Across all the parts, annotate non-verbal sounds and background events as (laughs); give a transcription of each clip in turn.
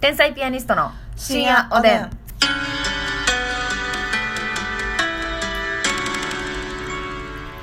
天才ピアニストの深夜おでん。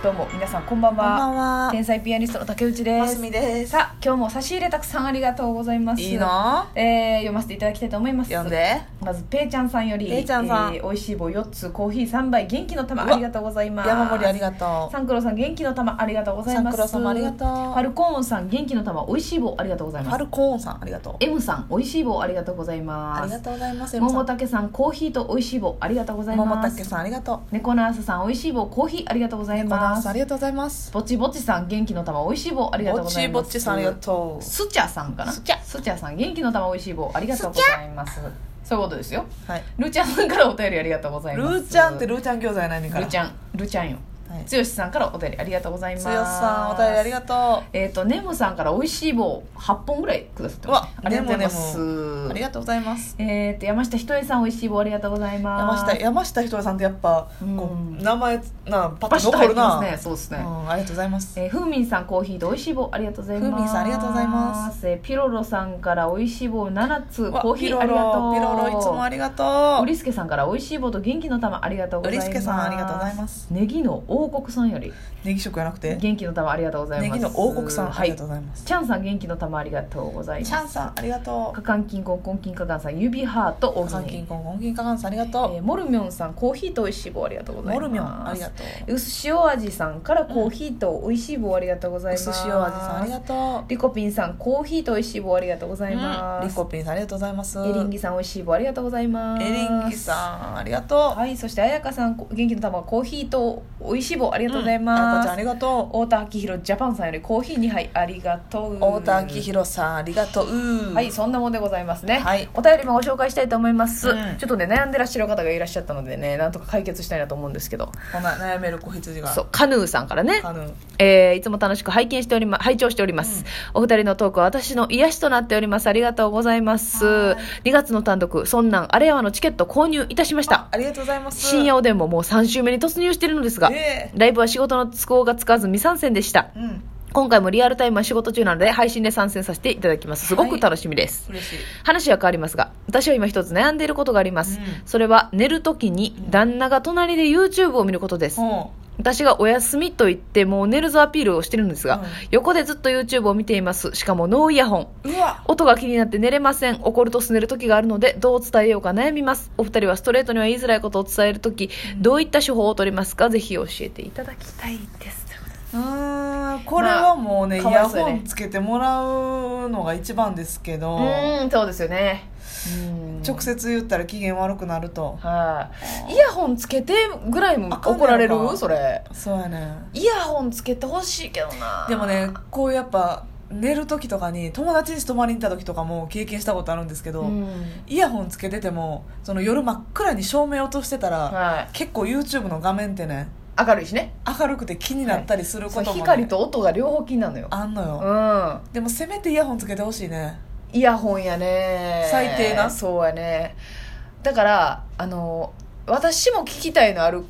どうも皆さんこんばんこんばは。んは。天才ピアニストの竹内でますす。みです。さあ今日も差し入れたくさんありがとうございます。いいのえー読ませていただきたいと思います。読んで。まずペイちゃんさんより、ペイちゃんさんえー美味しい棒4つ、コーヒー3杯、元気の玉うわありがとうございます。山盛りありとがとう。サンクロさん元気の玉ありがとうございます。サンクロ様ありがとうファルコーンさん元気の玉美味しい棒ありがとうございフまァす。ルコーンさん、ありがとう。 M さん美味しい棒ありがとうございます。ありがとうございます。桃竹さんコーヒーと美味しい棒ありがとうござい桃ま竹すさん、ありがとう。猫ナースさん美味しい棒コーヒーありがとうございコナまンさん、あすりがとうございます。ぼちぼちさん元気の玉美味しい棒ありがとうぼござちいぼますちさん、ありがとう。スチャさんかなスチャスチャさん元気の玉美味しい棒ありがとうございますそういうことですよはい。ルーちゃんさんからお便りありがとうございルますーちゃんってルルーちゃん餃子やないねんから。ーちゃんルーちゃんよはい。つつよしさんからお便りありがとうございまよすさん、お便りありがとえっ、とネムさんから美味しい棒8本ぐらいくださってますねうあわりがとうございますう。ありがとうございます。えっ、と山下ひとえさん美味しい棒ありがとうございま山す下、山下ひとりさんってやっぱ、こうんう、名前、な、パバッシッとと入っ残るてまなす。ねそうですうね、ん、ありがとうございます。えー、ふーみんさんコーヒーと美味しい棒ありがとうございますふーみんさんありがとうございます、えー、ピロロさんから美味しい棒7つうわコーヒピーロありがとロうピロロいつもありりがとウうリスケさんから美味しい棒と元気の玉ありがとうございますウリスケさんありがとうございますネギの王国さんよりネギ食やなくて元気の玉ありがとうございネますギの王国さんあはりがいとうございますチャンさん元気の玉ありがとうございまチすャンさんありがとカうカンキンコンコンキンカカンさん指ハート大カきンキにンコンコンキンカカンさんありがとえーモルミョンさんコーヒーと美味しい棒ありがとうごうざいますモルミョンありがとううす塩味さんからコーヒーと美味しい棒ありがとうございおま寿す、司お味さんありがとリコピンさんコーヒーと美味しい棒ありがとうございまうす、リコピンさんありがとうございますエリンギさん美味しい棒ありがとうございますエリンギさんありがとはいそしてあやかさんこ元気の玉コーヒーと美味しい棒ありうがとうございんあまこす、ちゃんありがとう太田明宏ジャパンさんよりコーヒー2杯ありがとう太田明宏さんありがとうはいそんなもんでございますね、はいお便りもご紹介したいと思います、うんちょっとね悩んでらっしゃる方がいらっしゃったのでねなんとか解決したいなと思うんですけどこんな悩める子羊がそうカヌーさんからねカヌーえーいつも楽しく拝見しておりま、拝聴しております。お二人のトークは私の癒しとなっております。ありがとうございます。は2月の単独、そんなんあれやわのチケット購入いたしましたあ。ありがとうございます深夜おでんももう3週目に突入しているのですが、ええライブは仕事の都合がつかず未参戦でした。うん今回もリアルタイムは仕事中なので配信で参戦させていただきます。すごく楽しみです。嬉しい話は変わりますが私は今一つ悩んでいることがあります、うんそれは寝る時に旦那が隣で YouTube を見ることです、ほ私がお休みと言ってもう寝るぞアピールをしてるんですが、うん横でずっと YouTube を見ていますしかもノーイヤホンううわ音が気になって寝れません怒るとすねる時があるのでどう伝えようか悩みますお二人はストレートには言いづらいことを伝える時どういった手法を取りますかぜひ教えていただきたいですうーんこれはもうね、まあイかわヤいそうやホねンつけてもらうのが一番ですけど、んそうですよねうん直接言ったら機嫌悪くなるとはい、イヤホンつけてぐらいも怒られあかんねやろるかそれそうやねイヤホンつけてほしいけどなでもねこういうやっぱ寝る時とかに友達に泊まりに行った時とかも経験したことあるんですけど、うんイヤホンつけててもその夜真っ暗に照明落としてたら、は結構 YouTube の画面ってねい明るいしね明るくて気になったりすることそもうね、光と音が両方気になるのよあんのよ、うんでもせめてイヤホンつけてほしいねイヤホンやね最低なそうやねだからあの私も聞きたいのある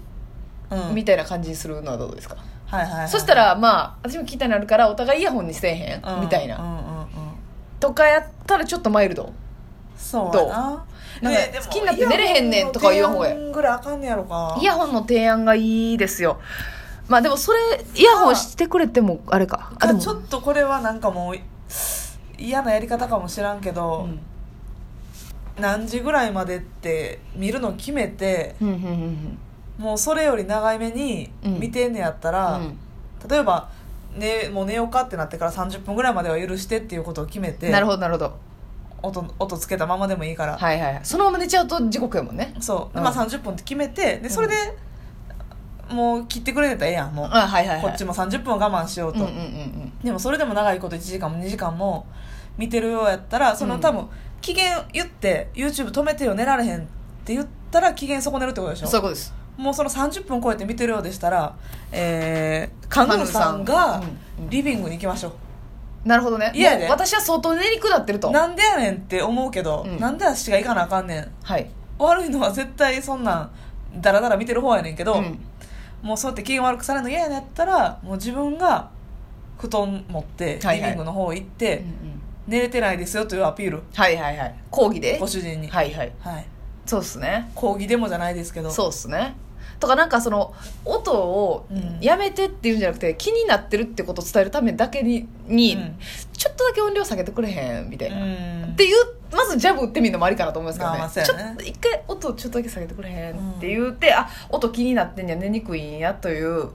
うんはいみたいな感じにするのはどうですか、はい、はい、そしたらまあ私も聞きたいのあるからお互いイヤホンにせえへん、うんみたいな、うんうんうんとかやったらちょっとマイルドそうやなどうなんかでも好きになって寝れへんねんとか言わん方がイヤホンぐらいあかんねやろかイヤホンの提案がいいですよまあでもそれイヤホンしてくれてもあれかあでかもちょっとこれはなんかもう嫌なやり方かもしらんけうど、ん何時ぐらいまでって見るの決めてうんうんうんもうそれより長い目にうん見てんねやったうら、ん例えば、ね、もう寝ようかってなってから30分ぐらいまでは許してっていうことを決めうてんなるほどなるほど音音つけたままでもいいから、はいはいはいそのまま寝ちゃうと時刻やもんねそう、でうんまあ、30分って決めてでそれで、もう切ってくれんやったらええやんもう、あはいはいはいこっちも30分我慢しよううんと。うんうんうんでもそれでも長いこと1時間も2時間も見てるようやったらその、うん多分期限言って YouTube 止めてよ寝られへんって言ったら期限損ねるってことでしょそういうことですもうその30分超えて見てるようでしたら、えー、カヌーさんカがヌーさんうんリビングに行きましょう、なるほどねいやいやもう私は相当寝にくなってるとなんでやねんって思うけど、うんなんで私が行かなあかんねんはい悪いのは絶対そんなんダラダラ見てる方やねんけど、うんもうそうやって機嫌悪くされるの嫌やねんやったらもう自分が布団持ってはいはいリビングの方行って、うんうん寝れてないですよというアピールはいはいはい講義でご主人にはいはいはいそうっすね講義でもじゃないですけどそうっすねとかなんかその音をうんやめてっていうんじゃなくて、気になってるってことを伝えるためだけにに、うんちょっとだけ音量下げてくれへんみたいな、んっていうまずジャブ打ってみるのもありかなと思いますけどね,、まあまあそうやねちょっと一回音ちょっとだけ下げてくれへんって言って、あ音気になってんや寝にくいんやといううん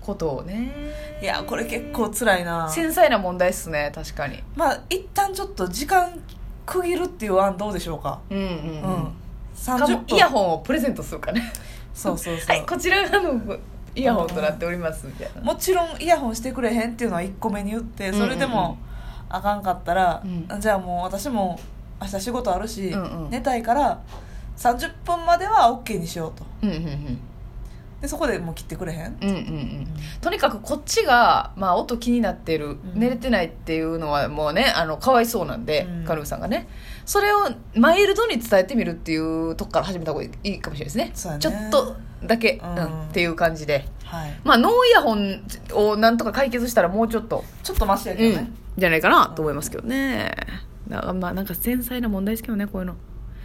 ことをねいやこれ結構辛いな繊細な問題っすね確かにまあ一旦ちょっと時間区切るっていう案どうでしょうかうんうんううん、んか30も分イヤホンをプレゼントするかねそうそうそはう、いこちらがあのイヤホンとなっておりますみたいなもちろんイヤホンしてくれへんっていうのは1個目に言ってそれでもあかんかったら、うじゃあもう私も明日仕事あるし、うんうん寝たいから30分までは OK にしようとうんうんうんでそこでもう切ってくれへん、うんうんうんとにかくこっちが、まあ、音気になってる、ん寝れてないっていうのはもうねあのかわいそうなんで、うんカルーさんがねそれをマイルドに伝えてみるっていうとこから始めた方がいいかもしれないですそねうやねちょっとだけ、ううんんっていう感じで、はい、まあ、ノーイヤホンをなんとか解決したらもうちょっと、ちょっとマシやうけどねん、じゃないかなと思いますけどね、なまあなんか繊細な問題ですけどねこういうの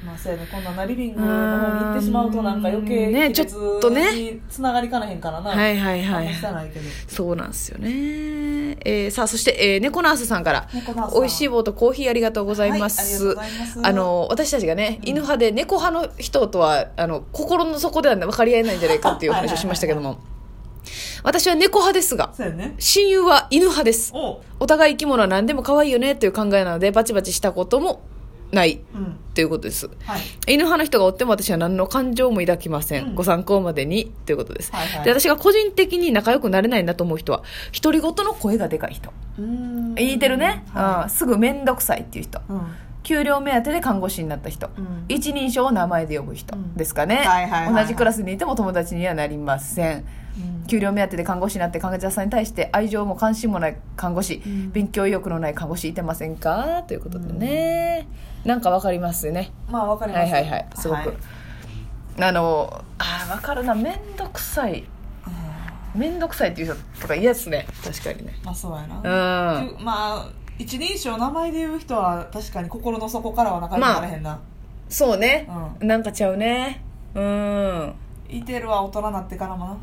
まあそうやねこんなんなリビングの方に行ってしまうとなんか余計うんね亀裂ちょっとねにつながりかなへんからな、はいはいはい話さないけどそうなんですよね、えーさあそして、えー、猫ナースさんから猫ナースさん美味しい棒とコーヒーありがとうございます,、はいありがとうございますあの私たちがね、犬派で猫派の人とはあの心の底では分かり合えないんじゃないかっていうお話をしましたけども私は猫派ですがそうやね親友は犬派ですおお互い生き物は何でも可愛いよねという考えなのでバチバチしたこともないうんということですはい犬派の人がおっても私は何の感情も抱きません、うんご参考までにということです、はいはいで私が個人的に仲良くなれないなと思う人は独り言の声がでかい人うん言いてるね、はうん、すぐ面倒くさいっていう人い、うん給料目当てで看護師になった人、うん一人称を名前で呼ぶ人うんですかね、はいはいはいはい同じクラスにいても友達にはなりません給料目当てで看護師になって患者さんに対して愛情も関心もない看護師、うん勉強意欲のない看護師いてませんかということでね、なんかわかりますよねまあわかりますはいはいはいすごく、あのあーわかるな面倒くさい面倒くさいっていう人とか嫌ですね確かにねまあそうやな、うんまあ一人称名前で言う人は確かに心の底からは仲良くなれへんな、そうね、うなんかちゃうねうんいてるは大人になってからもなっ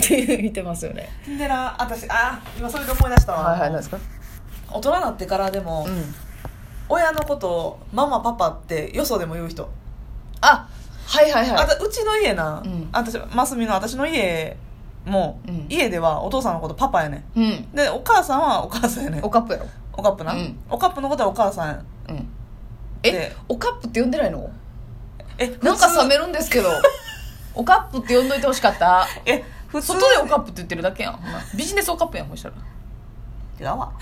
て言ってますよねでな私あ今それで思い出したわ、はいはいなんですか大人になってからでも、うん親のことをママパパってよそでも言う人、あはいはいあはたうちの家な、うん私マスミの私の家も、うん家ではお父さんのことパパやねいうんんでお母さんはお母さんやねんおカップやろおかっぷな、うんおかっぷのことはお母さんうんでえおカップって呼んでないのえなんか冷めめるんですけ (laughs) どおカップって呼んどいてほしかったえ普通外でおカップって言ってるだけやんほなビジネスおカップやんほしたら違うわ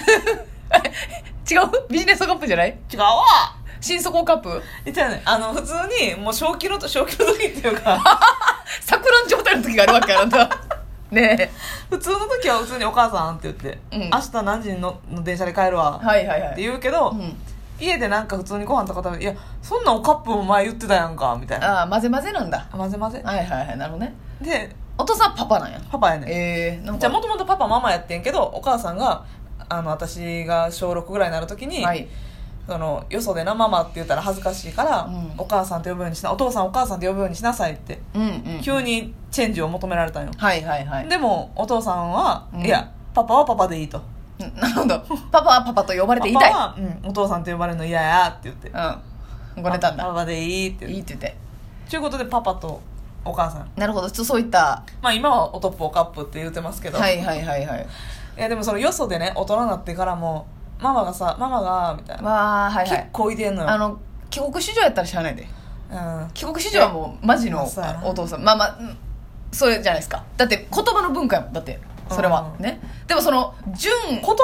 違うビジネスおカップじゃない違うわ新速おカップえじゃあねあの普通にもう正気のと正気の時ってい (laughs) うか錯乱状態の時があるわけやろ (laughs) なね普通の時は普通に「お母さん」って言って「うん明日何時のの電車で帰るえわ」はいはいはってい言うけど、うん家でなんか普通にご飯とか食べて「いやそんなんおカップも前言ってたやんか」みたいなああ混ぜ混ぜなんだ混ぜ混ぜはいはいはいなるほどねでお父さんパパなんやパパやねんええー、なんじゃかあもともとパパママやってんけどお母さんがあの私が小6ぐらいになる時に、はいそのよそでなママって言ったら恥ずかしいから、うんお母さんと呼ぶようにしなお父さんお母さんと呼ぶようにしなさいってうんうん急にチェンジを求められたんよ、はいはいはいでもお父さんは、うんいやパパはパパでいいとうんなるほどパパはパパと呼ばれていたいパパは、うん、お父さんと呼ばれるの嫌やって言ってうんごねたんパだパでいいってい言っいって言っててということでパパとお母さんなるほどちょっとそういったまあ今はおとっぽおかっぷって言ってますけど、はいはいはいはいいやでもそのよそでね大人になってからもママがさママがみたいな、わあはいは結い構いてんのよあの帰国子女やったらしゃあないでうん帰国子女はもうマジまのあそうやなお父さんまあまあうんそれじゃないですかだって言葉の文化やもんだってそれはうんねでもその純言葉の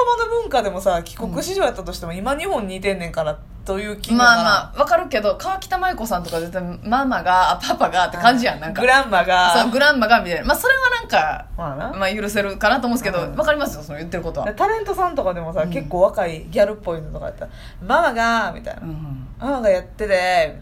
文化でもさ帰国子女やったとしても、今日本にいてんねんからという気まあまあわかるけど川北麻友子さんとか絶対ママがあパパがって感じやんなんかグランマがそうグランマがみたいなまあそれはなんかまあなまあ許せるかなと思うんですけどうんわかりますよその言ってることはタレントさんとかでもさ、うん結構若いギャルっぽいのとかやったら「ママが」みたいなうん「ママがやってて」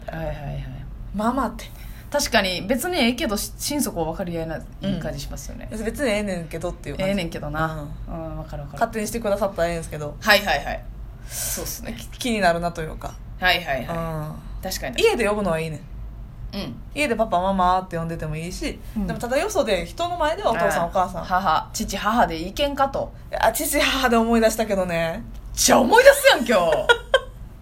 みたいなはいはいはい「ママ」って確かに別にええけどし心底分かり合えないいい感じしますよね、別にええねんけどっていう感えじ、えねんけどなうん分かる分か勝る手にしてくださったらええんですけどはいはいはいそうっすねき気になるなというか、はいはいはうんい確かに家で呼ぶのはいいねうん家でパパママって呼んでてもいいし、うんでもただよそで人の前ではお父さんお母さん母父母でいけんかとあ父母で思い出したけどねじゃあ思い出すやん今 (laughs) 日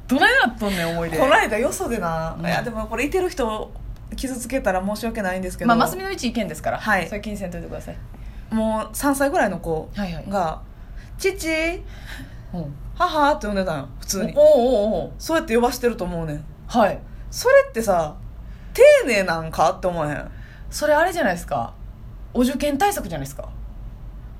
どないなっとんねん思い出こないだよそでな、うんいやでもこれいてる人を傷つけたら申し訳ないんですけど、まあマスミの一意見ですからはいそれ気にせんといてくださいもう3歳ぐらいの子はいはいが「父うん母」って呼んでたんよ普通におおおうおうそうやって呼ばしてると思うねんはいそれってさ丁寧なんかって思わへんそれあれじゃないですかお受験対策じゃないですか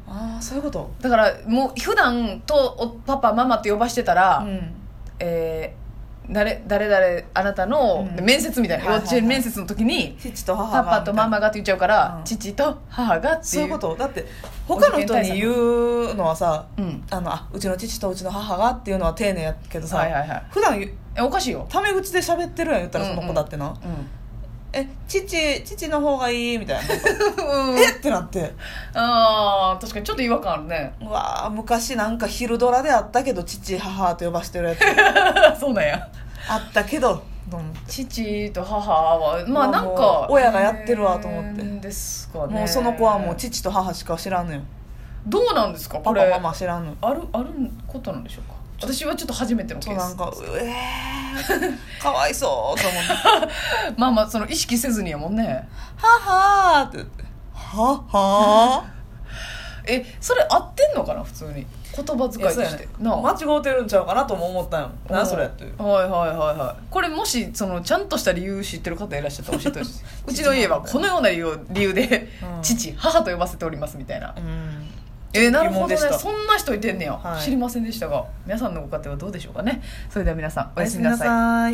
ああそういうことだからもう普段とおパパママって呼ばしてたら、うんえー誰誰々あなたのうん面接みたいな、はいはいはい幼稚園面接の時に父と母がパパとママがって言っちゃうから、うん父と母がっていうそういうことだって他の人に言うのはさうんあのあうちの父とうちの母がっていうのは丁寧やけどさ、はいはいはい普段言うえおかしいよ、タメ口で喋ってるやん言ったらそのうんう子んだってな、うえ父父の方がいいみた (laughs) いなん、えってなって (laughs) あー確かにちょっと違和感ある (laughs) ねうわあ昔なんか昼ドラであったけど父母と呼ばし (laughs) てるやつそうなんやあったけどと思って父と母はまあまなあんもかう親がやってるわと思って変ですかねもうその子はもう父と母しか知らんのよどうなんですかパこれパママ知らんのよあるあることなんでしょうか私はちょっと初めてのケそうーなんスかうえー、かわいそうと思 (laughs) ってまあまあその意識せずにやもんね「母」って言って「母」えそれ合ってんのかな普通に言葉遣いとそうやして、ねなあ間違うてるんちゃうかなとも思ったよ何それっていうはいはいはいはいこれもしそのちゃんとした理由知ってる方いらっしゃったら教えてほし (laughs) いうちの家はこのような理由理由で、うん父母と呼ばせておりますみたいな、うんえーなる疑ほど問ねでしたそんな人いてんねや、はい知りませんでしたが皆さんのご家庭はどうでしょうかねそれでは皆さんおおややすすみみななさいさい